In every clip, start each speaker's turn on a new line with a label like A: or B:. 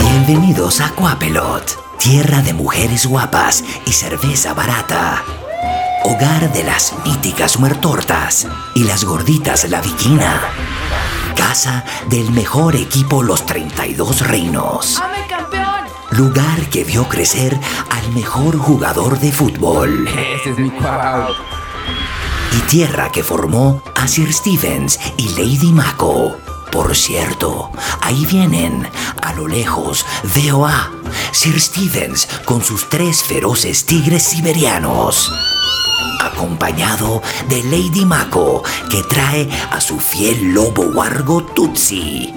A: Bienvenidos a Coapelot, tierra de mujeres guapas y cerveza barata. Hogar de las míticas muertortas y las gorditas la viquina. Casa del mejor equipo Los 32 Reinos.
B: ¡Ame campeón!
A: Lugar que vio crecer al mejor jugador de fútbol.
C: Ese es mi cuau.
A: Y tierra que formó a Sir Stevens y Lady Mako. Por cierto, ahí vienen. A lo lejos veo a Sir Stevens con sus tres feroces tigres siberianos. Acompañado de Lady Mako, que trae a su fiel lobo wargo Tutsi.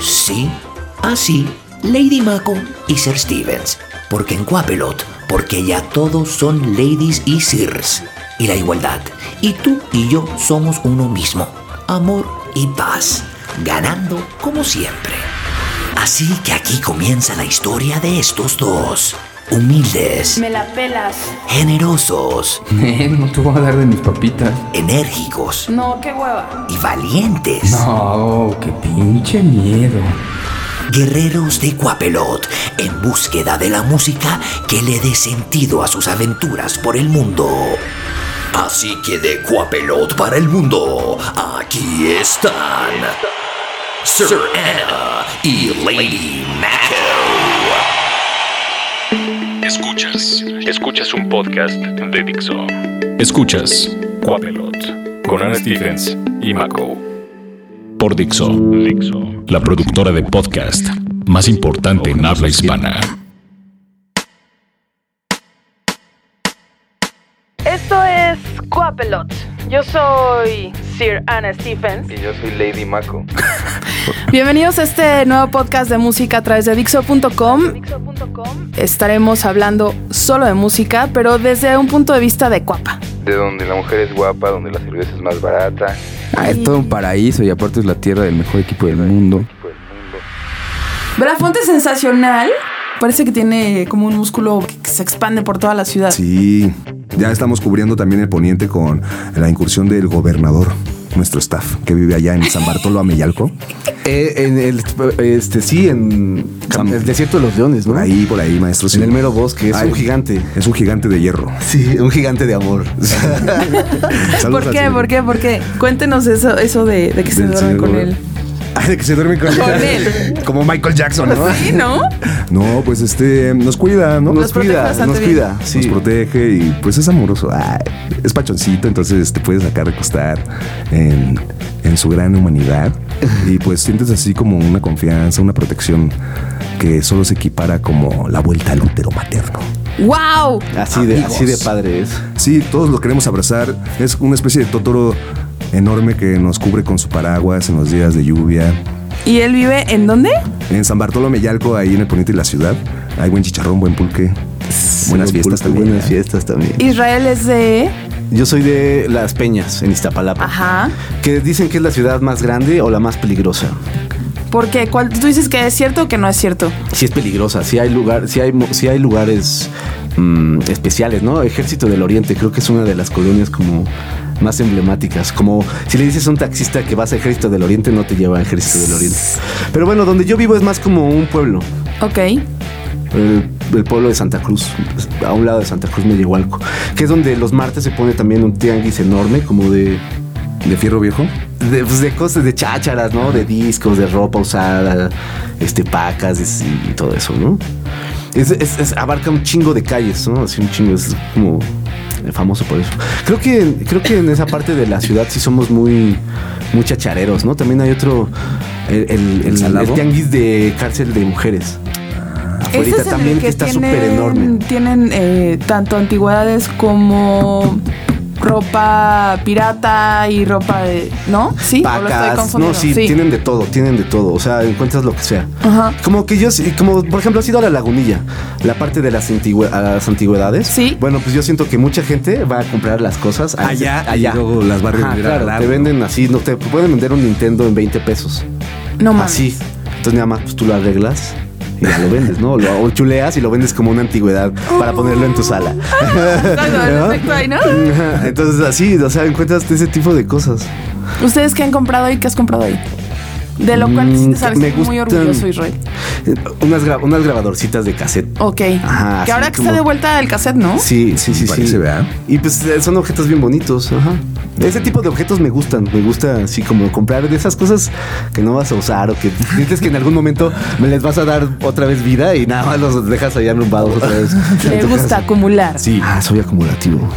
A: Sí, así, Lady Mako y Sir Stevens. Porque en Coapelot, porque ya todos son ladies y sirs. Y la igualdad. Y tú y yo somos uno mismo. Amor y paz. Ganando como siempre. Así que aquí comienza la historia de estos dos. Humildes,
B: Me la pelas.
A: generosos,
C: Nen, Eh, no te voy a dar de mis papitas.
A: enérgicos
B: No, qué hueva.
A: y valientes.
C: No, qué pinche miedo.
A: Guerreros de Coapelot, en búsqueda de la música que le dé sentido a sus aventuras por el mundo. Así que de Coapelot para el mundo, aquí están Sir Anna y Lady Macko.
D: Escuchas, escuchas un podcast de Dixo. Escuchas Coapelot con Ana Stephens y Mako. Por Dixo, Dixo, la productora de podcast más importante en habla hispana.
B: Esto es Coapelot. Yo soy Sir Anna Stephens.
E: Y yo soy Lady Mako.
B: Bienvenidos a este nuevo podcast de música a través de Dixo.com. Estaremos hablando solo de música, pero desde un punto de vista de cuapa.
E: De donde la mujer es guapa, donde la cerveza es más barata.
C: Ah, es todo un paraíso y aparte es la tierra del mejor equipo del mundo.
E: Pues el mundo.
B: Belafonte es sensacional. Parece que tiene como un músculo que se expande por toda la ciudad.
F: Sí, ya estamos cubriendo también el poniente con la incursión del gobernador, nuestro staff, que vive allá en San Bartolo Ameyalco.
G: Eh, en el, este, sí, en
F: Sam-
G: el desierto de los leones, ¿no?
F: Por ahí, por ahí, maestro. sí.
G: En el mero bosque, es
F: Ay.
G: un gigante.
F: Es un gigante de hierro.
G: Sí, un gigante de amor.
F: Saludos
B: ¿Por
F: al
B: qué?
F: señor.
B: ¿Por qué? ¿Por qué? Cuéntenos eso, eso de, de que se
F: Del
B: duerme
F: señor
B: con
F: Robert.
B: él.
F: Ay, de que se duerme con él.
B: Con él.
F: Como Michael Jackson, ¿no?
B: Sí, ¿no?
F: No, pues este, nos cuida, ¿no?
B: Nos
G: Nos
B: protege
G: cuida,
B: bastante
G: nos
B: bien.
G: cuida.
F: Nos
G: Sí.
F: protege y pues es amoroso. Ay, es pachoncito, entonces te puedes acá recostar en, en su gran humanidad. Y pues sientes así como una confianza, una protección que solo se equipara como la vuelta al útero materno.
B: ¡Wow!
G: Así de,
F: Amigos.
G: así de padre es.
F: Sí, todos lo queremos abrazar. Es una especie de totoro enorme que nos cubre con su paraguas en los días de lluvia.
B: ¿Y él vive en dónde?
F: En San Bartolo Mellalco, ahí en el poniente de la ciudad, hay buen chicharrón, buen pulque. Buenas fiestas también. ¿eh?
G: Buenas fiestas también. ¿eh?
B: Israel es de.
G: Yo soy de Las Peñas, en Iztapalapa.
B: Ajá.
G: Que dicen que es la ciudad más grande o la más peligrosa.
B: ¿Por qué? ¿Cuál- ¿Tú dices que es cierto o que no es cierto?
G: Sí es peligrosa, sí hay, lugar, sí hay, mo- sí hay lugares mm, especiales, ¿no? Ejército del Oriente creo que es una de las colonias como más emblemáticas. Como si le dices a un taxista que vas a Ejército del Oriente, no te lleva a Ejército del Oriente. Pero bueno, donde yo vivo es más como un pueblo.
B: Ok.
G: El, el pueblo de Santa Cruz, a un lado de Santa Cruz, Mediehualco, que es donde los martes se pone también un tianguis enorme, como de
F: ¿De fierro viejo?
G: de, pues, de cosas, de chácharas, ¿no? De discos, de ropa usada, este, pacas es- y todo eso, ¿no? Es, es- es- abarca un chingo de calles, ¿no? Así un chingo, es como eh, famoso por eso. Creo que, creo que en esa parte de la ciudad sí somos muy, muy chachareros, ¿no? También hay otro, el, el, el-
F: Salado?
G: el tianguis de cárcel de mujeres.
B: Ese
G: Afuera
B: es en
G: también,
B: el
G: que, está
B: tienen-
G: súper enorme.
B: Tienen eh, tanto antigüedades como ropa pirata y ropa de. ¿No? Sí, ¿O lo estoy
G: Pacas, no,
B: confundiendo?
G: sí, tienen de todo, tienen de todo, o sea, encuentras lo que sea.
B: Ajá.
G: Como que yo, sí- como por ejemplo, has ido a la lagunilla, la parte de las, antigüe- a las antigüedades.
B: Sí.
G: Bueno, pues yo siento que mucha gente va a comprar las cosas a ese-
F: Allá, y luego las va a
G: Ajá,
F: revender al
G: claro,
F: lado,
G: te
F: ¿no?
G: venden así, no te pueden vender un Nintendo en 20 pesos.
B: No mames.
G: Así. Entonces nada más pues, tú lo arreglas y ya lo vendes, ¿no? Lo o chuleas y lo vendes como una antigüedad para ponerlo en tu sala.
B: Ah, Exacto, al respecto ahí, ¿no?
G: Ajá, Entonces así, o sea, encuentras ese tipo de cosas.
B: ¿Ustedes qué han comprado y qué has comprado ahí?
H: De lo cual sí te sabes
G: Mm, me
H: que estoy muy
G: gustan-
H: orgulloso, Israel.
G: Eh, Unas, gra- unas grabadorcitas de cassette.
H: Ok.
G: Ajá, así
H: que ahora que
G: como-
H: está de vuelta el cassette, ¿no?
G: Sí, sí, sí, sí.
F: Parece, ¿verdad?
G: Y pues eh, son objetos bien bonitos. Ajá. Ese tipo de objetos me gustan. Me gusta así como comprar de esas cosas que no vas a usar o que sientes que en algún momento me les vas a dar otra vez vida y nada más los dejas allá arrumbados otra vez.
H: Le gusta acumular.
G: Sí. Ah, soy acumulativo.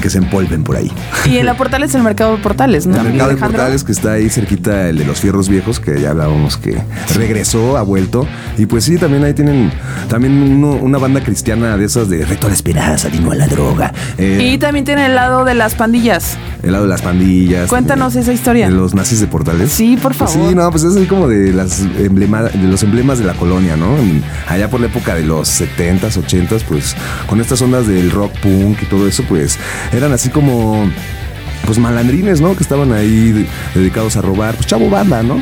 F: Que se empolven por ahí.
H: Y en la Portales, el mercado de Portales, ¿no?
F: El mercado de
H: Alejandro?
F: portales que está ahí cerquita, el de los fierros viejos, que ya hablábamos que regresó, ha vuelto. Y pues sí, también ahí tienen también uno- una banda cristiana de esas de Reto a la Esperanza, vino a la droga.
H: Y
F: Eh,
H: también tiene el lado de las pandillas.
F: el lado de las pandillas.
H: Cuéntanos
F: eh,
H: esa historia.
F: De los nazis de portales.
H: Sí, por
F: Pues
H: favor.
F: sí, no, pues es así como de las emblema- de los emblemas de la colonia, ¿no? En- allá por la época de los 70s, 80s, pues con estas ondas del rock punk y todo eso, pues eran así como pues malandrines, ¿no? Que estaban ahí de- dedicados a robar, pues chavo banda, ¿no?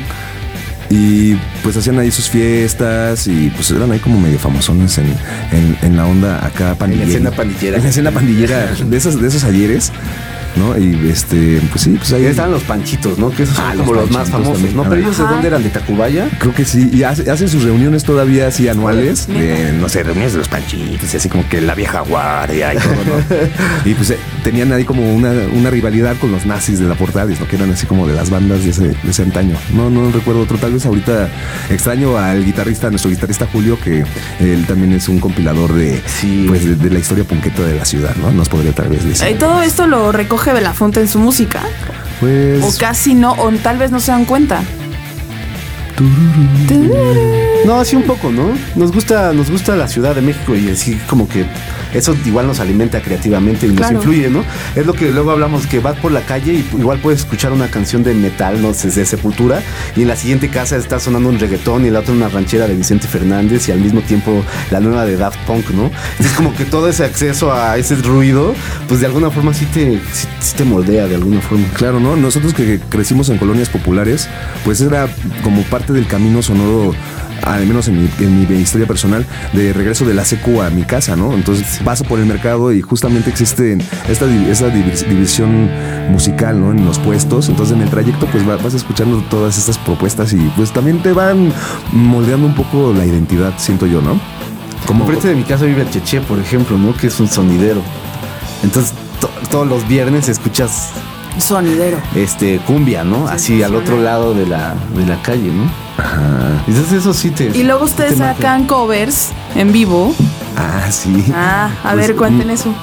F: Y pues hacían ahí sus fiestas y pues eran ahí como medio famosones en, en- en la onda acá pandillera.
G: escena pandillera.
F: En la escena pandillera de esos, de esos ayeres, ¿no? Y este, pues sí, pues ahí.
G: Ahí estaban los panchitos, ¿no? Que esos son
F: Ah,
G: como
F: los
G: los más
F: panchitos
G: famosos,
F: también.
G: ¿no?
F: A
G: Pero
F: ver.
G: ellos de
H: Ajá.
G: dónde eran, de Tacubaya.
F: Creo que sí, y hace- hacen sus reuniones todavía así anuales, de, no sé, reuniones de los panchitos, y así como que la vieja guardia y todo, ¿no? y pues eh, tenían ahí como una, una rivalidad con los nazis de la Portales, ¿no? Que eran así como de las bandas de ese, de ese antaño. No, no recuerdo otro, tal vez ahorita extraño al guitarrista, nuestro guitarrista Julio, que él también es un compilador de,
G: Sí.
F: pues, de, de la historia punqueta de la ciudad, ¿no? Nos podría tal vez decir.
H: Eh, todo esto lo recoge Belafonte en su música.
F: Pues,
H: O casi no, o tal vez no se dan cuenta.
G: No, así un poco, ¿no? Nos gusta, nos gusta la Ciudad de México y así como que eso igual nos alimenta creativamente y nos
H: Claro.
G: influye, ¿no? Es lo que luego hablamos que vas por la calle y igual puedes escuchar una canción de metal, no sé, de Sepultura y en la siguiente casa está sonando un reggaetón y en la otra una ranchera de Vicente Fernández y al mismo tiempo la nueva de Daft Punk, ¿no? Es como que todo ese acceso a ese ruido, pues de alguna forma sí te, sí- sí te moldea de alguna forma.
F: Claro, ¿no? Nosotros pues, que crecimos en colonias populares, pues era como parte del camino sonoro, al menos en mi, en mi historia personal, de regreso de la secu a mi casa, ¿no? Entonces paso por el mercado y justamente existe esta, di- esa divis- división musical, ¿no? En los puestos. Entonces en el trayecto pues va- vas escuchando todas estas propuestas y pues también te van moldeando un poco la identidad, siento yo, ¿no? Como
G: Enfrente de mi casa vive el Cheche, por ejemplo, ¿no? Que es un sonidero. Entonces, to- todos los viernes escuchas
H: Sonidero.
G: este cumbia, ¿no? Así al otro lado de la, de la calle, ¿no? Ajá. Entonces eso sí te.
H: Y luego ustedes
G: te marca.
H: sacan covers en vivo.
F: Ah, sí.
H: Ah, a
F: Pues,
H: ver, cuenten
G: mm.
H: eso.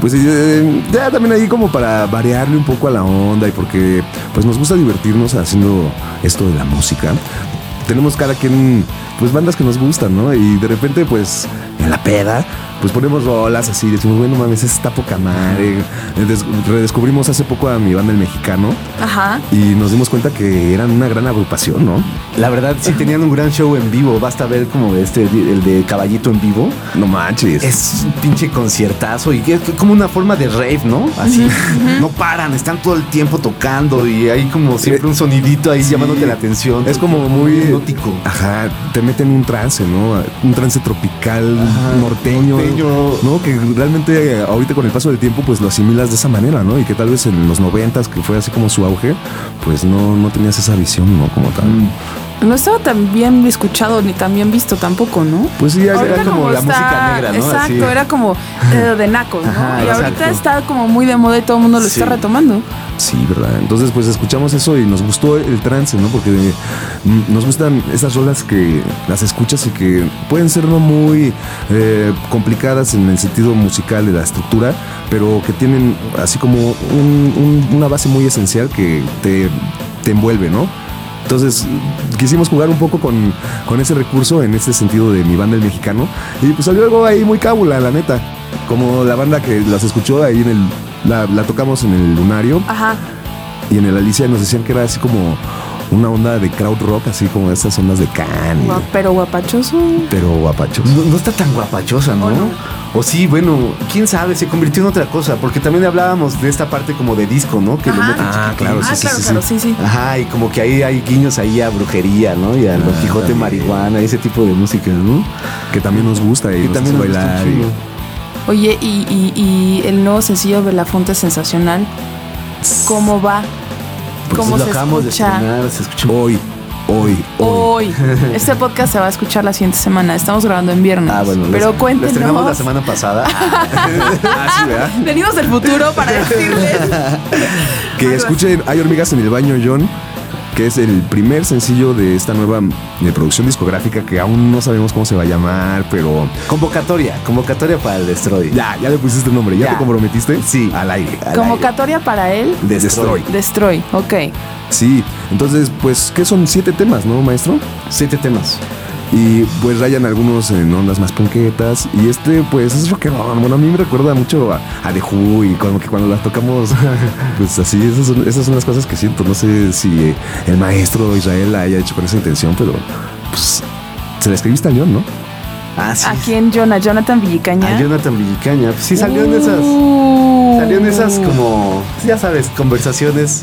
F: Pues eh, ya también ahí como para variarle un poco a la onda y porque pues nos gusta divertirnos haciendo esto de la música. Tenemos cada quien pues bandas que nos gustan, ¿no? Y de repente pues en la peda pues ponemos rolas así, decimos, bueno mames, esa está poca madre. Des- redescubrimos hace poco a mi banda El Mexicano
H: Ajá.
F: y nos dimos cuenta que eran una gran agrupación, ¿no?
G: La verdad, sí tenían un gran show en vivo. Basta ver como este, el de Caballito en vivo.
F: No manches.
G: Es un pinche conciertazo y es como una forma de rave, ¿no? Así. No paran, están todo el tiempo tocando y hay como siempre un sonidito ahí llamándote la atención.
F: Eh, Es como muy
G: hipnótico.
F: Ajá, te meten en un trance, ¿no? Un trance tropical,
G: Ajá,
F: norteño,
G: norteño.
F: ¿no? Que realmente eh, ahorita con el paso del tiempo pues lo asimilas de esa manera, ¿no? Y que tal vez en los noventas, que fue así como su auge, pues no, no tenías esa visión, ¿no? Como tal.
G: Mm.
H: No estaba tan bien escuchado ni tan bien visto tampoco, ¿no?
F: Pues sí, ya-
H: Ahorita
F: ya-
G: como la música negra, ¿no?
H: Exacto,
G: Así.
H: era como eh, de nacos, ¿no?
G: Ajá,
H: y ahorita
G: exacto.
H: está como muy de moda y todo el mundo lo
G: Sí.
H: está retomando.
F: Sí, ¿verdad? Entonces, pues escuchamos eso y nos gustó el trance, ¿no? Porque mm, nos gustan esas rolas que las escuchas y que pueden ser no muy eh, complicadas en el sentido musical de la estructura, pero que tienen así como un- un- una base muy esencial que te, te envuelve, ¿no? Entonces quisimos jugar un poco con, con ese recurso en este sentido de mi banda el mexicano y pues salió algo ahí muy cábula, la neta. Como la banda que las escuchó ahí en el... La, la tocamos en el lunario
H: Ajá.
F: y en el Alicia nos decían que era así como una onda de crowd rock, así como esas ondas de can,
H: Guap- Pero guapachoso.
F: pero guapachos.
G: No, no está tan guapachosa, ¿no?
H: ¿O no?
G: O sí, bueno, quién sabe, se convirtió en otra cosa, porque también hablábamos de esta parte como de disco, ¿no? Que lo
H: Ajá.
G: meten
F: Ah,
G: chiquitín.
F: claro, sí,
H: ah,
F: sí,
H: claro,
F: sí,
H: claro,
F: sí.
H: sí, sí.
G: Ajá, y como que ahí hay guiños ahí a brujería, ¿no? Y a Don
F: Ah,
G: Quijote
F: también.
G: marihuana, ese tipo de música, ¿no?
F: Que también nos gusta y
G: Que
F: nos
G: también
F: hace
G: nos gusta
F: bailar.
G: un
F: y-
G: chingo.
H: Oye, y, y- y el nuevo sencillo de La Fonte Sensacional, ¿cómo va?
G: Pues
H: ¿Cómo
G: lo
H: se
G: acabamos
H: escucha?
G: de estrenar, se escucha.
F: pues Hoy, Hoy, hoy.
H: Hoy. Este podcast se va a escuchar la siguiente semana. Estamos grabando en viernes.
G: Ah, bueno.
H: Pero
G: les- Les tenemos la
H: cuéntenos.
G: semana pasada.
F: Ah, sí, ¿verdad?
H: Venimos del futuro para decirles.
F: Que escuchen Hay hormigas en el baño, John, que es el primer sencillo de esta nueva eh, producción discográfica que aún no sabemos cómo se va a llamar, pero
G: Convocatoria. Convocatoria para el Destroy.
F: ya, ya le pusiste el nombre, ya,
G: Ya.
F: te comprometiste.
G: Sí.
F: Al aire.
G: Al aire.
H: Convocatoria para él.
F: Destroy.
H: Destroy. Ok.
F: Sí, entonces, pues, ¿qué son? Siete temas, ¿no, maestro?
G: Siete temas.
F: Y pues rayan algunos en ondas más punquetas. Y este, pues, es rockerón. Bueno, a mí me recuerda mucho a, a The Who y como que cuando las tocamos, pues así, esas son, esas son las cosas que siento. No sé si eh, el maestro Israel la haya hecho con esa intención, pero pues se la escribiste a León, ¿no?
G: Ah, sí.
H: ¿A quién, Jonah? Jonathan Villicaña.
G: A Jonathan Villicaña. Pues sí, Ah, salió en esas.
H: Uh.
G: Salió en esas como, pues, ya sabes, conversaciones.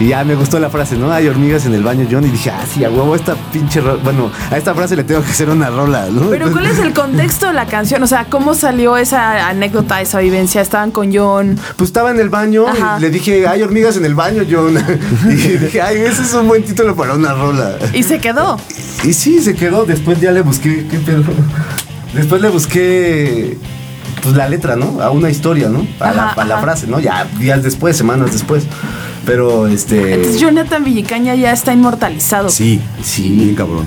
G: Y ya me gustó la frase, ¿no? Hay hormigas en el baño, John. Y dije, ah, sí, a huevo, esta pinche. ro- Bueno, a esta frase le tengo que hacer una rola, ¿no?
H: Pero ¿cuál es el contexto de la canción? O sea, ¿cómo salió esa anécdota, esa vivencia? Estaban con John.
G: Pues estaba en el baño
H: Ajá.
G: y le dije, hay hormigas en el baño, John. Y dije, ay, ese es un buen título para una rola.
H: Y se quedó.
G: Y sí, se quedó. Después ya le busqué. ¿Qué pedo? Después le busqué. Pues la letra, ¿no? A una historia, ¿no? A, la,
H: Ajá,
G: a la
H: ajá.
G: frase, ¿no? Ya días después, semanas después. Pero este.
H: Entonces Jonathan Villicaña ya está inmortalizado.
F: Sí,
G: Sí.
F: Bien cabrón.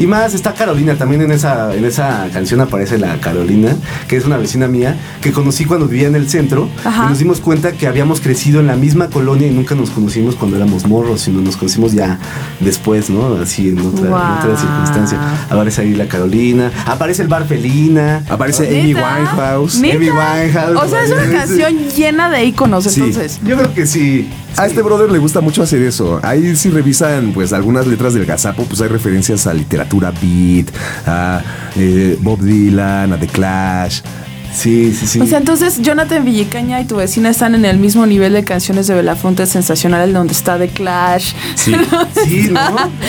G: Y más, está Carolina, también en esa, en esa canción aparece la Carolina, que es una vecina mía, que conocí cuando vivía en el centro,
H: Ajá.
G: y nos dimos cuenta que habíamos crecido en la misma colonia y nunca nos conocimos cuando éramos morros, sino nos conocimos ya después, ¿no? Así en otra, en
H: Guau.
G: otra circunstancia. Aparece ahí la Carolina, aparece el bar Felina,
F: Aparece
H: ¿Neta?
F: Amy Winehouse.
H: ¿Neta?
G: Amy Winehouse.
H: O sea, es una canción llena de íconos,
F: Sí.
H: Pues entonces.
G: Yo creo que sí.
F: A este brother le gusta mucho hacer eso. Ahí si revisan pues algunas letras del Gazapo, pues hay referencias a literatura beat, a eh, Bob Dylan, a The Clash.
G: Sí, sí, sí.
H: O sea, entonces Jonathan Villicaña y tu vecina están en el mismo nivel de canciones de Belafonte Sensacional, donde está The Clash.
F: Sí.
G: sí, ¿no?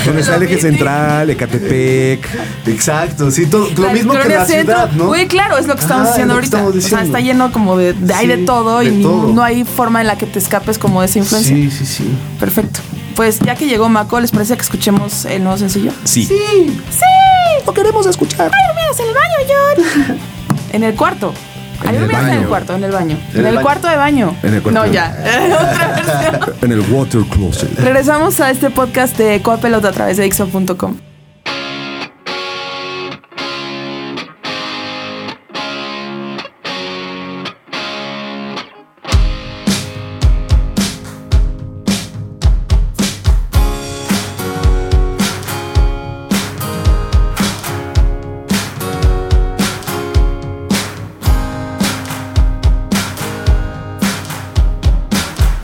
F: Donde está el eje central, Ecatepec.
G: Exacto, sí, todo, lo
H: La
G: mismo que
H: colonia
G: la
H: centro.
G: ciudad, ¿no?
H: Güey, claro, es lo que
F: Ah,
H: estamos
G: Ajá,
H: haciendo
G: es lo que
H: ahorita.
G: estamos
H: O sea,
G: diciendo.
H: está lleno como de, de- hay
G: Sí,
H: de todo y
G: de
H: ni-
G: todo.
H: no hay forma en la que te escapes como de esa influencia.
G: Sí, sí, sí.
H: Perfecto. Pues ya que llegó Maco, ¿les parece que escuchemos el nuevo sencillo?
F: Sí.
H: ¡Sí! Lo queremos escuchar. ¡Ay, hormigas en el baño, John! en el cuarto. Hay
F: el
H: hormigas en el
F: baño.
H: cuarto, en el baño. En,
G: En el
H: el
G: baño.
H: cuarto de baño.
F: En el cuarto
H: No,
F: de-
H: ya. Otra versión.
F: En el water closet.
H: Regresamos a este podcast de Coapelota a través de Dixo.com.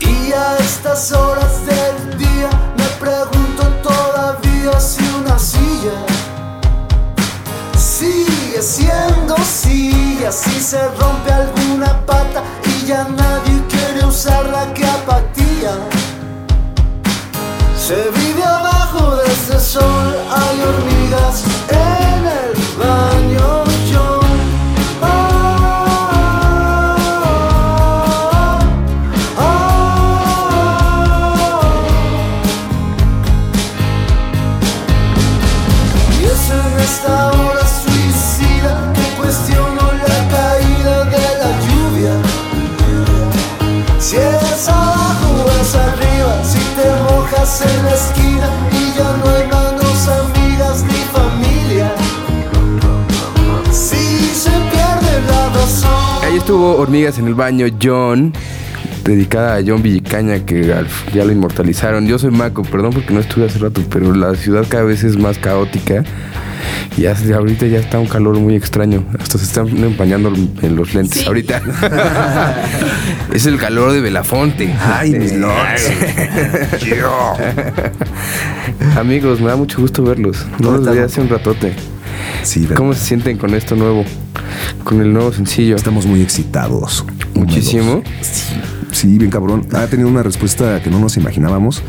I: Y a estas horas del día me pregunto todavía si una silla sigue siendo silla, si se rompe alguna pata y ya nadie quiere usarla, qué apatía. Se vive abajo de ese sol, hay hormigas en el baño. yo. Ah, ah, ah. Y es en esta hora suicida que cuestiono la caída de la lluvia. Si es abajo o es arriba, si te mojas en la esquina y ya no hay manos amigas ni familia. Si se pierde la razón.
E: Ahí estuvo Hormigas en el Baño, John, dedicada a John Villicaña, que al- ya lo inmortalizaron. Yo soy Maco, perdón porque no estuve hace rato, pero la ciudad cada vez es más caótica. Y hace- ahorita ya está un calor muy extraño. Hasta se están empañando en los lentes
H: Sí.
E: ahorita. es el calor de Belafonte.
F: Ay, mis lords.
E: Amigos, me da mucho gusto verlos. No los veía hace un ratote.
F: Sí, ¿verdad?
E: ¿Cómo se sienten con esto nuevo? Con el nuevo sencillo.
F: Estamos muy excitados.
E: Muchísimo.
F: Sí, bien cabrón. Ha tenido una respuesta que no nos imaginábamos.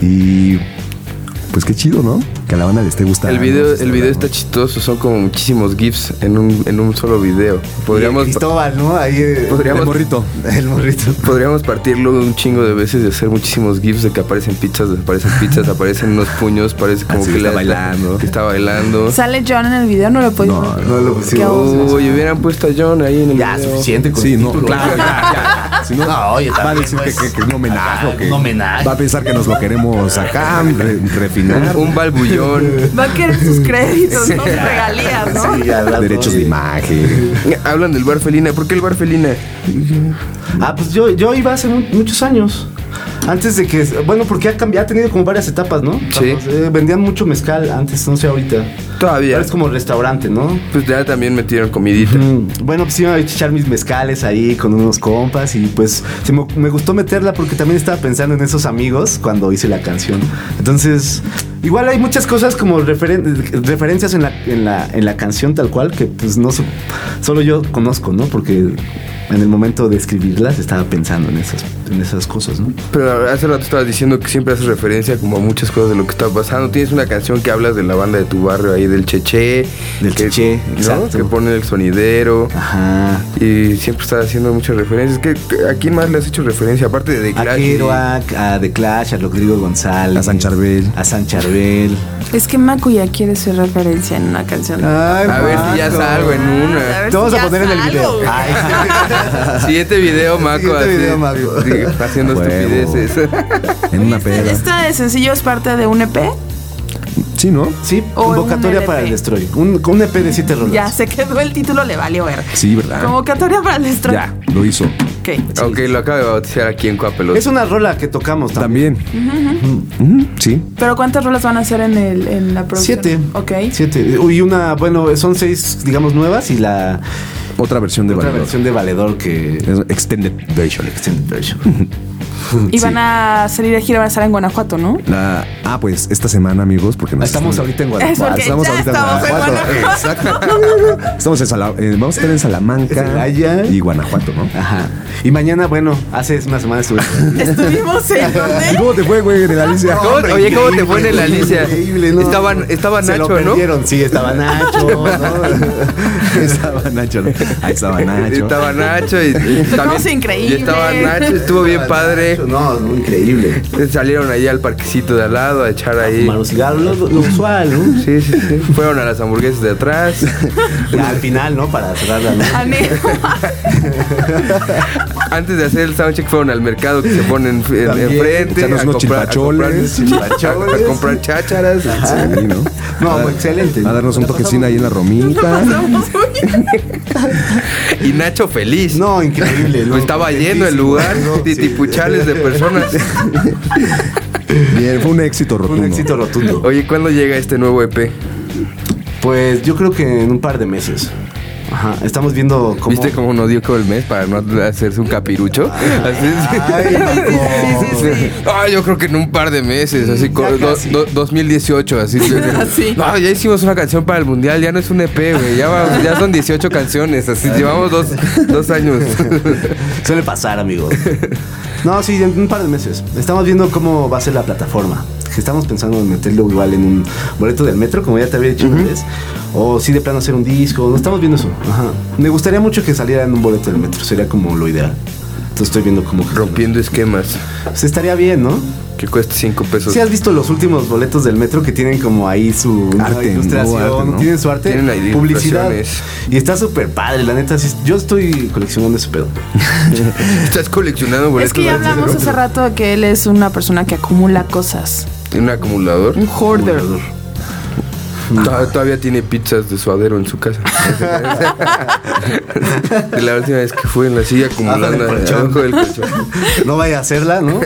F: Y pues qué chido, ¿no? que a la banda le esté gustando.
E: El video,
F: nos esté
E: el video
F: hablando.
E: está chistoso, son como muchísimos GIFs en un, en un solo video.
G: Podríamos.
E: Podríamos,
G: Cristóbal, ¿no? Ahí. eh,
E: Podríamos-
G: El morrito. El morrito.
E: podríamos partirlo un chingo de veces y hacer muchísimos GIFs de que aparecen pizzas, desaparecen pizzas, aparecen unos puños, parece como
F: Así
E: que
F: está
E: la-
F: bailando.
E: Que está bailando.
H: ¿Sale John en el video? No lo puedo
F: No,
G: No lo pusimos.
E: Uy, hubieran puesto a John ahí en el
G: Ya,
E: video.
G: suficiente con
F: Sí,
G: el
F: no,
G: título.
F: claro, ya, ya. Si no,
G: No, oye,
F: va a
G: también,
F: decir que,
G: pues,
F: que- que es un homenaje. o que
G: un homenaje.
F: Va a pensar que nos lo queremos acá, re- refinar.
E: Un, un balbullón.
H: Va a querer sus créditos, no sus regalías, ¿no?
G: Sí, ya, al rato,
F: Derechos de
G: oye.
F: imagen.
E: Hablan del bar felina. ¿Por qué el bar felina?
G: Ah, pues yo, yo iba hace mu- muchos años. Antes de que. Bueno, porque ha cambiado, ha tenido como varias etapas, ¿no?
E: Sí.
G: Eh, vendían mucho mezcal antes, no sé ahorita.
E: Todavía.
G: Ahora es como restaurante, ¿no?
E: Pues ya también metieron comidita.
G: Mm, Bueno, pues iba a echar mis mezcales ahí con unos compas y pues se me, me gustó meterla porque también estaba pensando en esos amigos cuando hice la canción. Entonces, igual hay muchas cosas como referen- referencias en la, en, la, en la canción tal cual que pues no su- solo yo conozco, ¿no? Porque en el momento de escribirlas estaba pensando en esas, en esas cosas, ¿no?
E: Pero hace rato estabas diciendo que siempre haces referencia como a muchas cosas de lo que está pasando. Tienes una canción que hablas de la banda de tu barrio ahí, del Cheche.
G: Del
E: que-
G: Cheche,
E: ¿no?
G: exacto.
E: Que pone el sonidero.
G: Ajá.
E: Y siempre estás haciendo muchas referencias. ¿Qué, qué- ¿A quién más le has hecho referencia? Aparte de The
G: A
E: Clash.
G: Kerouac, a The Clash, a Rodrigo González.
F: A San Charbel.
G: A San Charbel.
H: Es que Macu ya quiere ser referencia en una canción.
E: A ver si ya salgo en
H: A
E: una.
H: ver
G: Te vamos
H: si
G: a
H: ya
G: poner en el
H: salgo.
G: video.
E: Siguiente video, Maco.
G: Siguiente
E: así,
G: video, Maco.
E: sí, Haciendo
F: Huevo.
E: estupideces.
F: En una
H: Este,
F: peda.
H: este sencillo es parte de un E EP.
F: Sí, ¿no?
G: Sí,
H: O un
G: convocatoria
H: LP.
G: para el Destroy. Un, con un EP de 7 rolas.
H: Ya se quedó el título, le valió ver.
F: Sí, ¿verdad?
H: Convocatoria para el Estro.
F: Ya, lo hizo.
H: Ok.
E: ok, lo acabo de bautizar aquí en Coapelot.
G: Es una rola que tocamos también.
F: También. Ujú, Sí.
H: Pero ¿cuántas rolas van a hacer en, el, en la producción?
G: Siete.
H: Ok.
G: Siete. Y una, bueno, son seis, digamos, nuevas y la
F: Otra versión de
G: otra
F: Valedor.
G: versión de Valedor que.
F: Es Extended version.
G: Extended version.
H: Y van a salir de gira, van a estar en Guanajuato, ¿no?
F: La, ah, pues esta semana, amigos, porque nos
G: Estamos ahorita en
H: Es
G: Guadalajara.
H: porque
F: estamos
H: ya
F: ahorita en
H: estamos en
F: Guanajuato.
H: Guanajuato.
F: Estamos en Sala- eh, vamos a estar en Salamanca
G: Celaya.
F: y Guanajuato, ¿no?
G: Ajá. Y mañana, bueno, hace una semana estuve.
H: Estuvimos en
F: ¿Y
H: donde.
F: cómo te fue, güey, en eh, Alicia?
E: ¿Cómo- oye, ¿cómo te pone la Alicia?
G: Increíble, ¿no?
E: Estaban- estaba
G: Se lo
E: Nacho, ¿no?
G: perdieron, Sí, estaba Nacho. ¿no?
F: estaba Nacho, ¿no? Ahí estaba Nacho.
E: Estaba Nacho y, y
H: Tocamos increíble.
E: y estaba Nacho, estuvo bien padre. Eh,
G: No, no, increíble.
E: Salieron ahí al parquecito de al lado a echar ahí.
G: Fumar un cigarro, lo, lo usual, ¿no?
E: Sí, sí, sí. Fueron a las hamburguesas de atrás.
G: Ya, al final, ¿no? Para cerrar la noche.
H: Ane-
E: Antes de hacer el soundcheck fueron al mercado que se ponen f- en-
G: También,
E: enfrente.
F: echarnos
E: a
F: unos
E: comprar- a
F: chilpacholes.
E: comprar- A a comprar chácharas.
F: Sí, ¿no?
G: No, fue excelente.
F: A darnos un
G: La
F: toquecín ahí en la
H: la
F: romita.
H: pasamos muy bien.
E: Y Nacho feliz.
G: No, increíble. ¿no?
E: Pues estaba lleno el lugar.
G: No, sí.
E: Titipuchales de personas.
F: Bien, fue un éxito
G: Fue
F: rotundo.
G: un éxito rotundo.
E: Oye, ¿cuándo llega este nuevo EP?
G: Pues yo creo que en un par de meses. Ajá, estamos viendo cómo...
E: ¿Viste cómo no dio todo el mes para no hacerse un capirucho? Así
G: Ay, no.
E: sí, sí, sí. Ah, yo creo que en un par de meses, así como do-
G: casi.
E: do- 2018, así.
H: Así.
E: No, ya hicimos una canción para el mundial, ya no es un EP, güey. Ya, va- ya son 18 canciones, así llevamos dos, dos años.
G: Suele pasar, amigo. No, sí, en un par de meses. Estamos viendo cómo va a ser la plataforma. Estamos pensando en meterlo igual en un boleto del metro, como ya te había dicho una vez. O sí, de plano hacer un disco. No estamos viendo eso. Ajá. Me gustaría mucho que saliera en un boleto del metro. Sería como lo ideal. Entonces estoy viendo cómo...
E: Rompiendo esquemas,
G: Pues estaría bien, ¿no?
E: que cuesta 5 pesos.
G: ¿Sí has visto los últimos boletos del metro que tienen como ahí su
E: Ah,
G: una
F: Arte,
G: ilustración?
F: ¿no? Arte, ¿no?
G: Tienen su arte,
E: Tienen ahí
G: publicidad.
E: ilustraciones.
G: Y está súper padre, la neta. sí, yo estoy coleccionando ese pedo.
E: Estás coleccionando boletos.
H: Es que ya
E: antes de
H: hablamos hace
E: romper
H: rato de que él es una persona que acumula cosas.
E: un acumulador.
H: Un hoarder.
E: To- Todavía tiene pizzas de suadero en su casa. De la última vez que fue en la silla acumulando
G: Abajo del colchón.
E: abajo del colchón.
G: No vaya a hacerla, ¿no?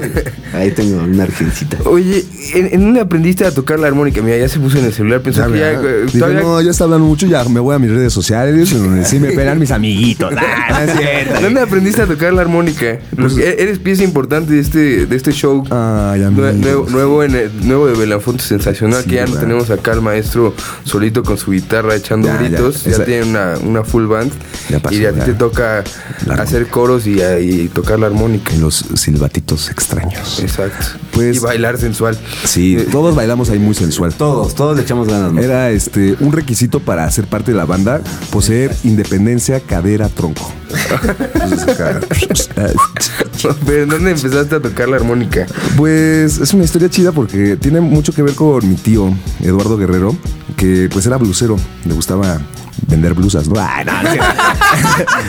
G: Ahí tengo una argencita.
E: Oye, ¿en, en dónde aprendiste a tocar la armónica? Mira, ya se puso en el celular, pensó que ya... eh,
F: Dije,
E: todavía-
F: no, ya está hablando mucho, ya me voy a mis redes sociales, en donde sí me pelan mis amiguitos. Ah, no es cierto.
E: ¿Dónde aprendiste a tocar la armónica? Porque e- eres pieza importante de este, de este show
F: Ay,
E: nue-
F: amigos.
E: nuevo, nuevo, en el- nuevo de Belafonte Sensacional,
F: Sí,
E: que ya no
F: ¿verdad?
E: tenemos acá al maestro solito con su guitarra echando
F: Ya, ya,
E: gritos. Ya,
F: esa-
E: tienen una, una full band
G: Ya pasó,
E: y a ti
G: ya.
E: te toca
G: La
E: hacer coros y, ah, y tocar la armónica.
G: Los silbatitos extraños.
E: Eh, Exacto.
G: Pues-
E: y bailar sensual.
G: Sí, todos bailamos ahí muy sensual.
F: Todos, todos le echamos ganas. ¿no?
G: Era este un requisito para ser parte de la banda, poseer independencia, cadera, tronco. Entonces, acá,
E: Pero ¿en dónde empezaste a tocar la armónica?
G: Pues es una historia chida porque tiene mucho que ver con mi tío, Eduardo Guerrero, que pues era blusero, le gustaba vender blusas, ¿no? Ah, no, no es cierto.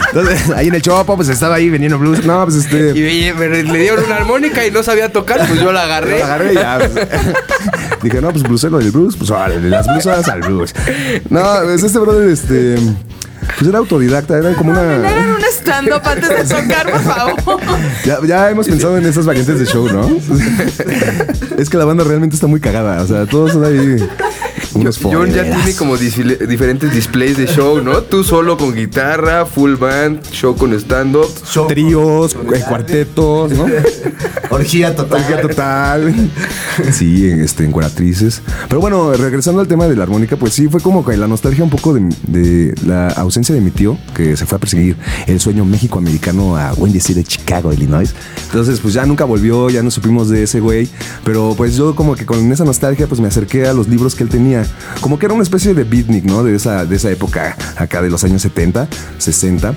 G: Entonces, ahí en el chopo, pues estaba ahí vendiendo blusas. No, pues este.
E: Y oye, pero le dieron una armónica y no sabía tocar, pues yo la agarré.
G: Lo agarré y ya. pues, dije, no, pues blusero del blues, pues órale, las blusas al blues. No, pues este brother, este. Pues era autodidacta, era como
H: Hagan
G: una.
H: un stand-up antes de tocar, por favor.
G: Ya, ya hemos pensado en esas variantes de show, ¿no? es que la banda realmente está muy cagada. O sea, todos son ahí. Unos
E: John ya
G: foreras.
E: tiene como disile- diferentes displays de show, ¿no? Tú solo con guitarra, full band, show con stand-up.
G: tríos, eh, cuartetos, ¿no?
F: Orgía total.
G: Oiga, total. Sí, en, este, en Guaratrices. Pero bueno, regresando al tema de la armónica, pues sí, fue como que la nostalgia un poco de, de la ausencia de mi tío, que se fue a perseguir el sueño México-americano a Windy City, Chicago, Illinois. Entonces, pues ya nunca volvió, ya no supimos de ese güey. Pero pues yo como que con esa nostalgia, pues me acerqué a los libros que él tenía. Como que era una especie de beatnik, ¿no? De esa, de esa época acá de los años 70, 60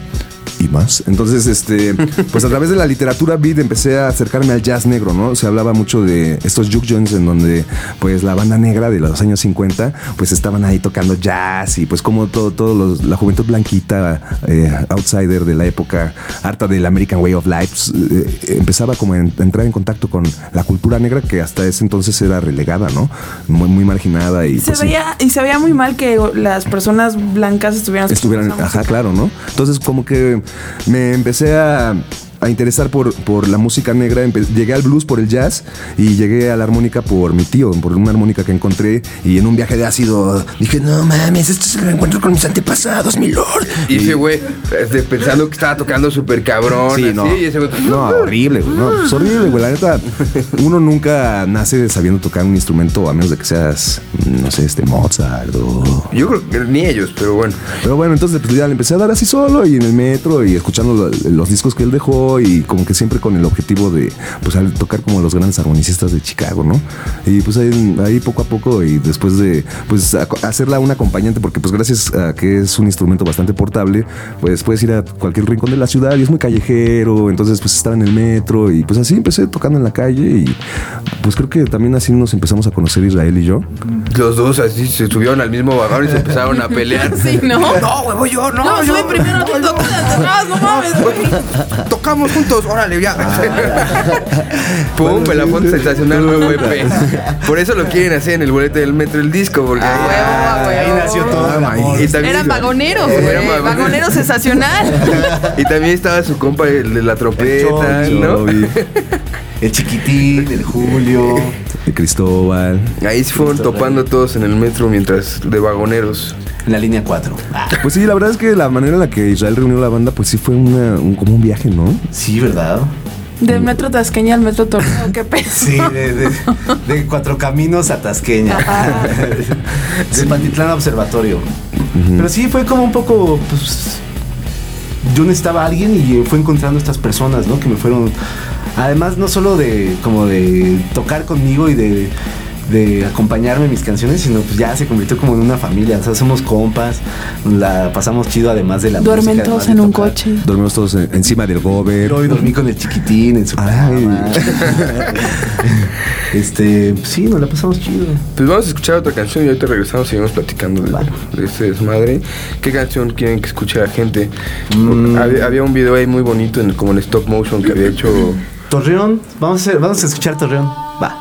G: y más. Entonces, este, pues a través de la literatura beat empecé a acercarme al jazz negro, ¿no? Se hablaba mucho de estos juke joints en donde, pues, la banda negra de los años 50, pues estaban ahí tocando jazz y, pues, como todo, todos los- la juventud blanquita, eh, outsider de la época, harta del American Way of Life, pues, eh, empezaba como a en- a entrar en contacto con la cultura negra que hasta ese entonces era relegada, ¿no? Muy, muy marginada y.
H: Se
G: pues, sí.
H: veía, y se veía muy mal que las personas blancas estuvieran
G: estuvieran, ah,
H: escuchando esa
G: ajá, claro, ¿no? Entonces como que me empecé a, a interesar por, por la música negra, empe- llegué al blues por el jazz y llegué a la armónica por mi tío, por una armónica que encontré y en un viaje de ácido dije, no mames, esto es el reencuentro con mis antepasados, mi lord.
E: Y ese güey, este, pensando que estaba tocando súper cabrón.
G: Sí,
E: así,
G: no.
E: y ese güey,
G: No, horrible, güey. No, pues horrible, güey. La neta, uno nunca nace sabiendo tocar un instrumento, a menos de que seas, no sé, este Mozart o
E: Yo creo que ni ellos, pero bueno.
G: Pero bueno, entonces pues, ya le empecé a dar así solo y en el metro y escuchando lo- los discos que él dejó y como que siempre con el objetivo de pues al tocar como los grandes armonicistas de Chicago, ¿no? Y pues ahí, ahí poco a poco y después de pues a- hacerla un acompañante porque pues gracias a que es un instrumento bastante portable, pues puedes ir a cualquier rincón de la ciudad y es muy callejero, entonces pues estaba en el metro y pues así empecé tocando en la calle y pues creo que también así nos empezamos a conocer Israel y yo.
E: Los dos así se subieron al mismo vagón y se empezaron a pelear.
H: Sí, ¿no?
E: No, huevo, yo, no.
H: No,
E: yo,
H: sube primero, te toco las demás, no mames, güey.
E: Tocamos juntos, órale, ya. Ah. Pum, pelafón sensacional, VP. Por eso lo quieren hacer en el boleto del metro el disco, porque
H: Ah, huevo, a huevo.
E: y también-
H: Eran vagoneros,
E: Eh,
H: güey.
E: eran vagoneros.
H: Vagonero sensacional.
E: Y también estaba su compa, el de la trompeta, ¿no?
F: El chiquitín, el Julio.
G: de Cristóbal.
E: Ahí se fueron topando todos en el metro mientras de vagoneros.
F: En la línea 4.
G: Pues sí, la verdad es que la manera en la que Israel reunió la banda, pues sí fue una, un- como un viaje, ¿no?
F: Sí, ¿verdad?
H: Del metro Tasqueña al metro Torneo, qué peso.
F: Sí, de, de- de Cuatro Caminos a Tasqueña. De Pantitlán a Observatorio. Pero sí, fue como un poco, pues, yo necesitaba a alguien y fue encontrando estas personas, ¿no? Que me fueron, además, no solo de, como de tocar conmigo y de, de acompañarme en mis canciones, sino pues ya se convirtió como en una familia, o sea, somos compas, la pasamos chido además de la
H: Duermen
F: música, además
H: todos
F: de
H: en un
F: tocar.
H: coche.
G: Dormimos todos en- encima del gober.
F: Pero hoy dormí con el chiquitín en su
G: Ay.
F: cama. este, sí, nos la pasamos chido.
E: Pues vamos a escuchar otra canción y ahorita regresamos y seguimos platicando de, de este desmadre. ¿Qué canción quieren que escuche la gente? Había, había un video ahí muy bonito, en, como en stop motion, que había hecho...
F: Torreón, vamos a, hacer- vamos a escuchar Torreón. Va.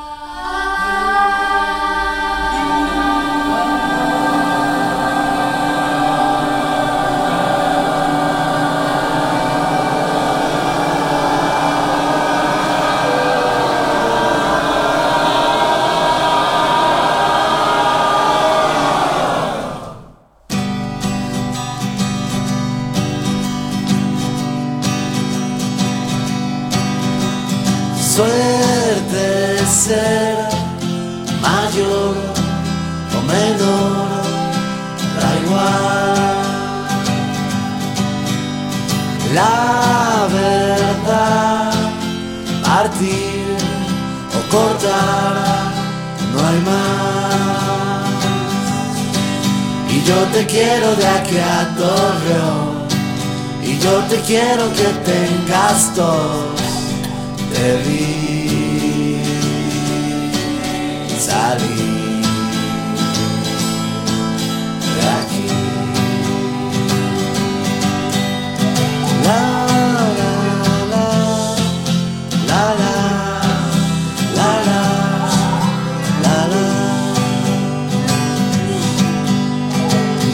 A: Suerte de ser mayor o menor, da igual.
I: la verdad. Partir o cortar, no hay más. Y yo te quiero de aquí a Torreón. Y yo te quiero que tengas tos de mí. Salir de aquí. La la la la la la la la la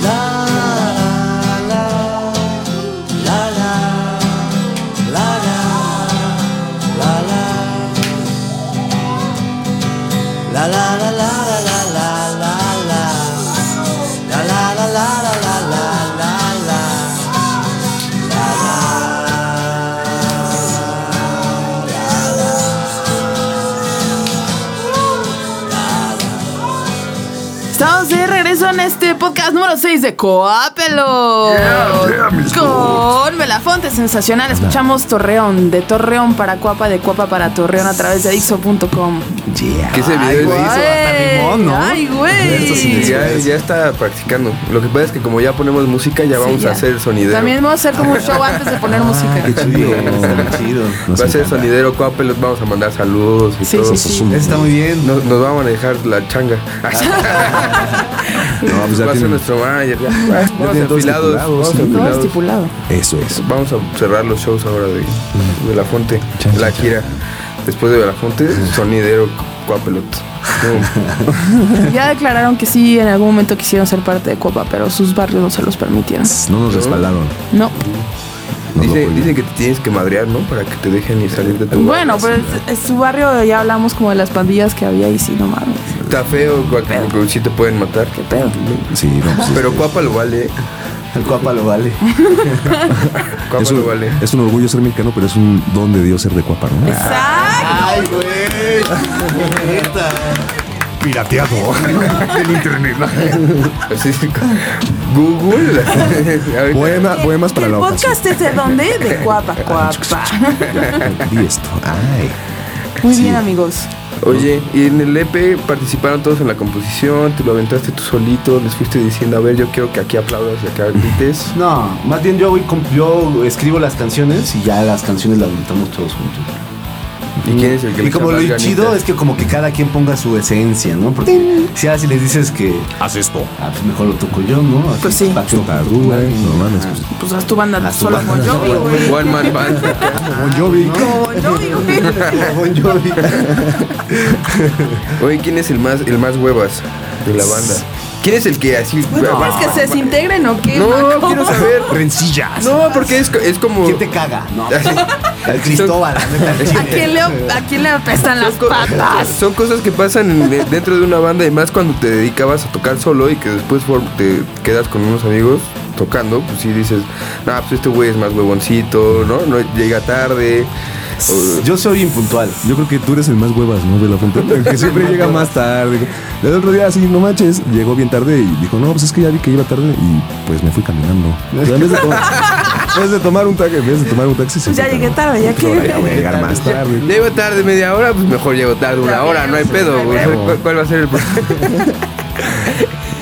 I: La la la la la la la la la la la la la la la la la la la la
H: Estamos de regreso en este podcast número 6 de Coapelo. Con Belafonte, sensacional. Escuchamos Torreón, de Torreón para Cuapa, de Cuapa para Torreón a través de Dixo.com.
E: Que ese video
G: Ay,
E: es
G: güey.
E: de-
G: hasta rimó, ¿no?
H: Ay,
G: Esto
E: Sí,
H: güey.
G: sí.
E: ya, ya está practicando. Lo que pasa es que como ya ponemos música, ya vamos
H: ya.
E: a hacer sonidero.
H: También vamos a hacer como un show antes de poner música.
F: Qué chido.
G: Está chido.
F: Nos
E: Va a ser
F: encanta.
E: sonidero, Coape, les vamos a mandar saludos y
H: Sí,
E: todo.
H: sí, sí.
G: Está muy bien.
E: Nos, nos va a manejar la changa.
F: No, pues ya
E: va a ser
F: tienen-
E: nuestro manager. ya. Vamos
F: tienen
E: afilados,
F: todos estipulados,
E: vamos
F: sí.
H: Todo
E: afilados.
H: estipulado.
F: Eso es.
E: Vamos a cerrar los shows ahora de, de La Fonte,
F: Chan,
E: la
F: chan,
E: gira. Después de Belafonte, sonidero, Coapelot. No,
H: Ya declararon que sí, en algún momento quisieron ser parte de Cuapa, pero sus barrios no se los permitieron.
F: No nos respaldaron. Nos
H: No.
F: lo
E: Dice,
F: prohibieron.
E: dicen que te tienes que madrear, ¿no? Para que te dejen y salir de tu
H: Bueno,
E: barrio.
H: pero es- es su barrio ya hablamos como de las pandillas que había y sí, no mames.
E: Está feo, porque sí te pueden matar.
H: Qué pedo.
F: Sí, no, pues,
E: Pero Coapa lo vale.
G: El cuapa lo vale.
E: Coapa
F: es, un,
E: lo vale.
F: es un orgullo ser mexicano, pero es un don de Dios ser de Cuapa, ¿no?
H: Exacto.
G: Ay, güey. Neta.
F: Pirateado. en internet.
E: Así es, Google. A ver,
F: Poema- poemas para
H: ¿El
F: la hoja.
H: podcast es de dónde? De Cuapa, Cuapa.
F: Y esto. Ay.
H: Muy bien, amigos.
E: Oye, y en el EP participaron todos en la composición, te lo aventaste tú solito, les fuiste diciendo, a ver, yo quiero que aquí aplaudas y acá grites.
G: No, más bien yo, voy comp- yo escribo las canciones y ya las canciones las montamos todos juntos.
E: ¿Y quién es el que le
G: Y como
E: echa
G: lo
E: más ganitas?
G: chido es que como que cada quien ponga su esencia, ¿no? Porque si así les dices que
D: Haz esto.
G: ah, pues mejor lo toco yo, ¿no? Así,
H: Pues sí.
G: Paco,
F: Chutarú,
G: tú,
F: güey,
G: ¿no?
F: no mames,
G: Ah,
F: pues.
H: Pues haz tu banda
G: Haz tu
H: solo
G: banda
H: con Jovi,
G: solo.
H: güey.
E: One Man Band.
F: Bon Jovi.
H: Como Bon Jovi, güey.
G: Bon Jovi.
E: Oye, ¿quién es el más, el más huevas de la banda? ¿Quién es el que así...
H: ¿Quieres que se desintegren o qué?
E: No,
H: Marco?
E: quiero saber.
F: Rencillas.
E: No, porque es, es como...
G: ¿Quién te caga? No.
E: Así.
G: El Cristóbal, la neta, el
H: ¿A
G: chile.
H: quién le, a quién le apestan las patas?
E: Ah, Son cosas que pasan en- de- dentro de una banda y más cuando te dedicabas a tocar solo y que después for- te quedas con unos amigos tocando, pues sí dices, no, pues este güey es más huevoncito, ¿no? No llega tarde. o-
G: Yo soy impuntual.
F: Yo creo que tú eres el más huevas, ¿no? De la punta. Que siempre llega más tarde. El otro día, así, no manches, llegó bien tarde y dijo, no, pues es que ya vi que iba tarde y pues me fui caminando. O sea, en vez de tomar, en vez de tomar un taxi, en vez de tomar un taxi, se fue
H: Ya llegué
F: caminando.
H: tarde, ya
F: Dijo,
H: que-
F: "Ya Pues voy a llegar más tarde.
E: Llego tarde media hora, pues mejor llego tarde una hora, no hay pedo. güey. ¿Cuál, cuál va a ser el problema?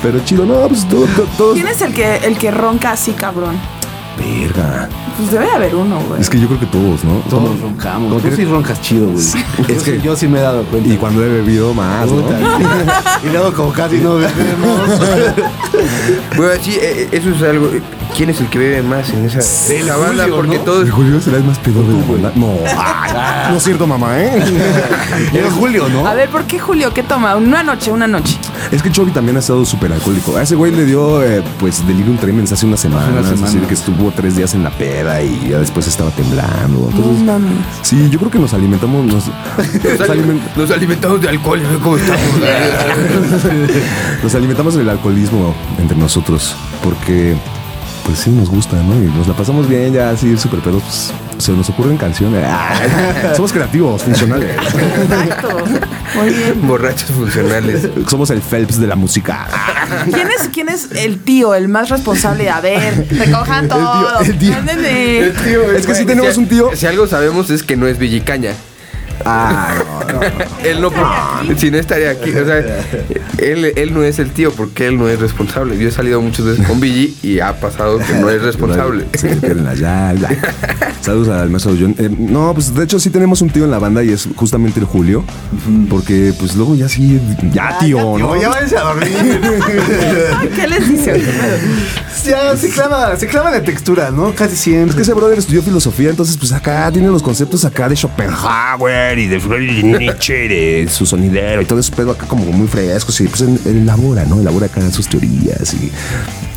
F: Pero chido, no, pues todo, todo, todo-
H: ¿Quién es el que, el que ronca así, cabrón?
F: Verga.
H: Pues debe de haber uno, güey.
F: Es que yo creo que todos, ¿no?
G: Todos roncamos.
F: como
G: Tú
F: que-
G: sí roncas chido, güey. Es que yo sí me he dado cuenta.
F: Y cuando he bebido más, ¿no?
G: Puta. y luego como casi no bebemos.
E: Güey, sí, eh, eh, eso es algo. eh, ¿Quién es el que bebe más en esa en la banda?
G: Julio,
E: Porque
G: ¿no?
E: todos.
F: El Julio será el más pedo de la banda. No, ay, no es cierto, mamá, ¿eh?
G: Ah. Era Julio, ¿no?
H: A ver, ¿por qué Julio? ¿Qué toma? Una noche, una noche.
F: Es que Chovy también ha estado súper alcohólico. A ese güey le dio, eh, pues, delirium tremens hace unas semanas.
G: unas
F: Es decir,
G: semanas.
F: que estuvo tres días en la peda y ya después estaba temblando. Entonces,
H: No mames.
F: sí, yo creo que nos alimentamos. Nos,
E: Nos,
F: nos
E: aliment-
F: aliment-
E: nos alimentamos de alcohol, ya ve ¿cómo estamos?
F: nos alimentamos del alcoholismo entre nosotros. Porque, pues, sí, nos gusta, ¿no? Y nos la pasamos bien ya así súper pedos. Pues, se nos ocurren canciones. Ah, Somos creativos, funcionales.
H: Exacto. Muy bien.
E: Borrachos funcionales.
F: Somos el Phelps de la música.
H: ¿Quién es, ¿Quién es el tío, el más responsable? A ver, recojan todo. Ah,
F: el tío.
H: Ándale.
F: Es que sí tenemos
E: Si-
F: un tío.
E: Si algo sabemos es que no es Villicaña.
F: Ah, no, no.
E: Él no, si no estaría aquí. O sea, él, él no es el tío porque él no es responsable. Yo he salido muchas veces con Billy y ha pasado que no es responsable.
F: Se le pierden las llaves. Saludos al maestro John. Eh, no, pues de hecho sí tenemos un tío en la banda y es justamente el Julio. Porque pues luego ya sí, ya tío, ¿no?
G: ya váyanse a dormir.
H: Ah, ¿Qué les dice?
G: ya se clava, se clava la textura, ¿no? Casi siempre.
F: Es que ese brother estudió filosofía, entonces pues acá tiene los conceptos acá de Schopenhauer y de Friedrich Nietzsche, y de su sonidero y todo ese pedo acá como muy frescos y pues él, él elabora, ¿no? Elabora acá sus teorías y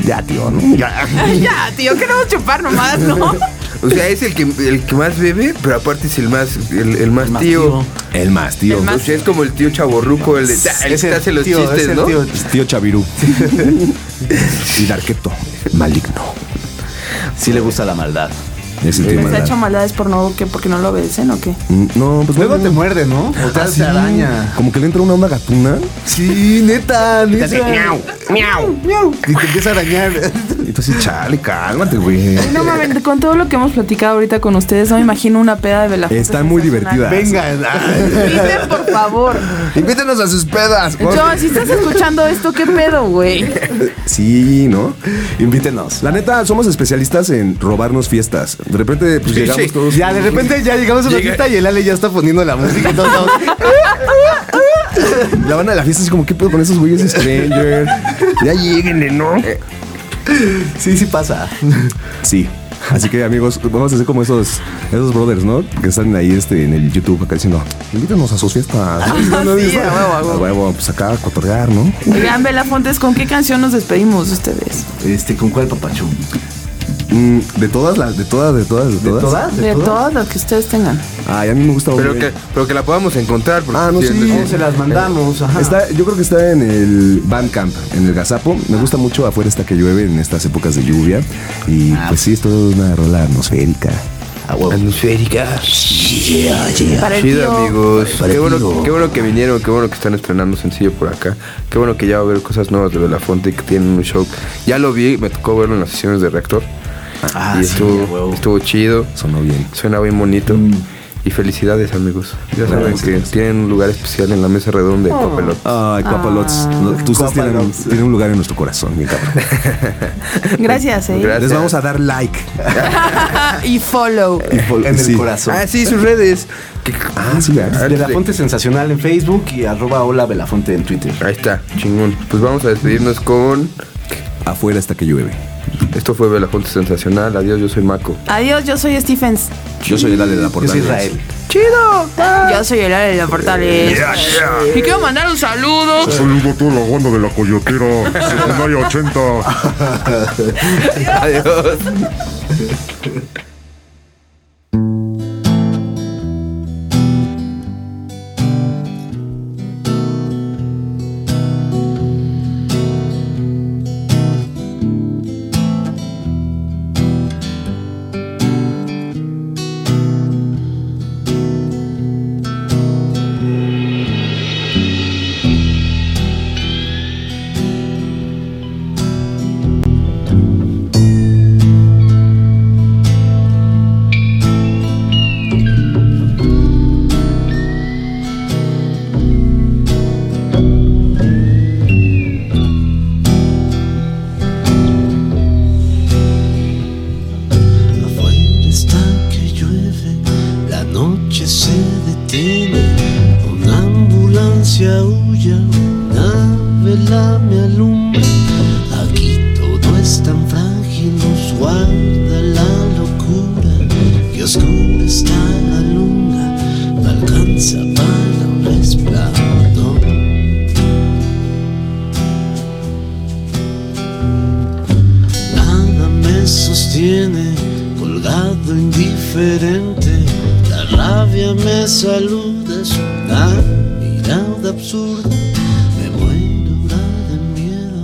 F: ya tío, ¿no? Ya.
H: Ay, ya, Ah, tío, queremos chupar nomás, ¿no?
E: O sea, es el que, el que más bebe, pero aparte es el más, el, el más, tío.
F: El más tío.
H: El más-
E: O sea, es como el tío chaborruco, el de "Ah, el
G: Es
E: que
G: el
E: hace los
G: tío, es
E: chistes,
G: el
E: ¿no?
G: tío.
F: Tío Chavirú. y Darketo. Maligno.
G: Sí le gusta la maldad.
F: Es el tío
H: ¿Se ha
F: maldad.
H: hecho maldades por no, que, porque no lo obedecen o qué?
F: Mm, No, pues
G: Luego
F: no,
G: te
F: no.
G: muerde, ¿no? O te
F: Ah, sí.
G: hace araña.
F: Como que le entra una onda gatuna.
G: Sí,
F: Ah,
G: neta, neta.
F: miau, miau.
G: Y te empieza a arañar.
F: Y tú así, chale, cálmate, güey.
H: No mames, con todo lo que hemos platicado ahorita con ustedes, no me imagino una peda de Belafonte.
F: Están muy divertidas.
G: Venga.
H: Dime, por favor.
F: Invítenos a sus pedas.
H: John, si estás escuchando esto, ¿qué pedo, güey?
F: Sí, ¿no?
G: Invítenos.
F: La neta, somos especialistas en robarnos fiestas. De repente, pues
E: Sí,
F: llegamos
E: sí.
F: todos.
G: Ya, de repente ya llegamos a la
E: Llega-
G: fiesta y el Ale ya está poniendo la música. y todos estamos-
F: La banda de la fiesta es como, ¿qué pedo con esos güeyes Stranger? Ya lleguenle, ¿no?
G: Sí, sí pasa.
F: Sí. Así que amigos, vamos a hacer como esos, esos brothers, ¿no? Que están ahí este, en el YouTube acá diciendo, invítanos a sus fiestas.
H: sí, a huevo, a huevo.
F: huevo, pues acá a cotorrear, ¿no?
H: Oigan, Belafontes, ¿con qué canción nos despedimos ustedes?
G: Este, ¿con cuál papacho?
F: Mm, de todas las, de todas, de todas, de todas.
H: De todas las que ustedes tengan.
F: Ay, a mí me gusta
E: Pero
F: Hombre.
E: que, pero que la podamos encontrar. porque
F: Ah, no, sí.
E: el-
F: ¿Cómo
G: Se las mandamos, ajá.
F: Está, yo creo que está en el Bandcamp, en el Gazapo. Me gusta mucho afuera está que llueve en estas épocas de lluvia. Y pues sí, es toda una rola atmosférica.
E: Atmosférica.
H: Para el
E: Chido,
H: tío.
E: amigos.
F: Para el
E: Qué bueno,
F: tío.
E: qué bueno que vinieron, qué bueno que están estrenando sencillo por acá. Qué bueno que ya va a haber cosas nuevas de Belafonte que tienen un show. Ya lo vi, me tocó verlo en las sesiones de Reactor.
G: Ah,
E: y
G: sí,
E: estuvo,
G: a huevo.
E: estuvo chido,
F: Sonó bien.
E: suena bien bonito.
F: Mm.
E: Y felicidades, amigos. Ya saben que tienen un lugar especial en la mesa redonda de
F: Oh.
E: Papelot.
F: Ay,
G: Ah.
F: Cuapalots. no, Tú estás tienen, un- tienen un lugar en nuestro corazón, mi cabrón.
H: Gracias, eh.
E: Gracias.
F: Les vamos a dar like.
H: y follow.
G: En el
F: Sí.
G: corazón.
E: Ah, sí, sus redes. Que-
F: Ah, sí, ¿verdad?
G: Belafonte Sensacional en Facebook y arroba hola Belafonte en Twitter.
E: Ahí está, chingón. Pues vamos a despedirnos con.
F: Afuera está que llueve.
E: Esto fue Belafonte Sensacional. Adiós, yo soy Maco.
H: Adiós, yo soy Stephens.
F: Yo soy el Ale de la
G: Yo
F: Portada.
G: soy Israel.
H: Yo soy el área de la Portales. Y quiero mandar un saludo.
J: Saludo a toda la banda de la coyotera, secundaria 80.
E: Adiós.
I: Afuera está que llueve, la noche se detiene, una ambulancia huye, una vela me alumbra. Aquí todo es tan frágil, nos guarda la locura y oscura está la luna, no alcanza para un resplandor. Nada me sostiene, colgado indiferente. La rabia me saluda, es una mirada absurda. Me muero ahora de miedo,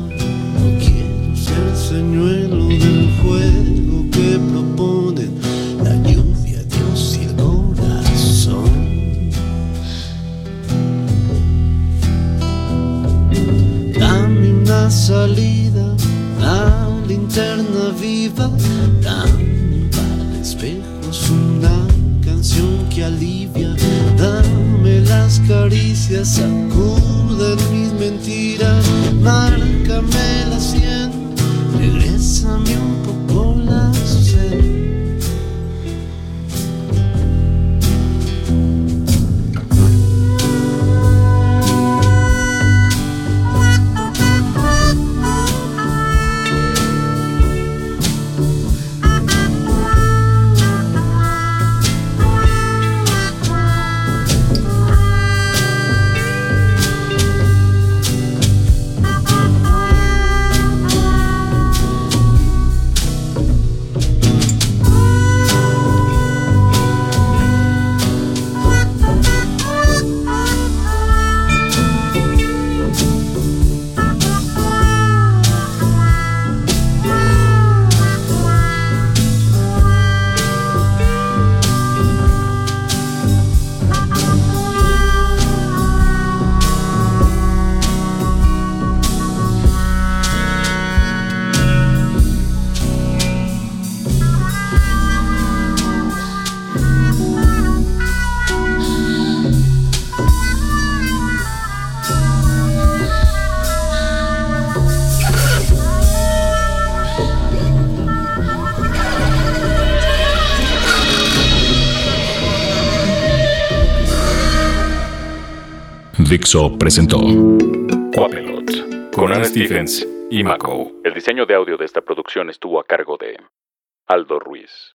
I: no quiero ser señuelo del juego que proponen. La lluvia salida, la linterna viva, dame para espejos una canción que alivia, dame las caricias, sacuden mis mentiras, márcame la sien, regrésame un poco la sed.
D: Dixo presentó Coapelot con Ana Stephens y Mako. El diseño de audio de esta producción estuvo a cargo de Aldo Ruiz.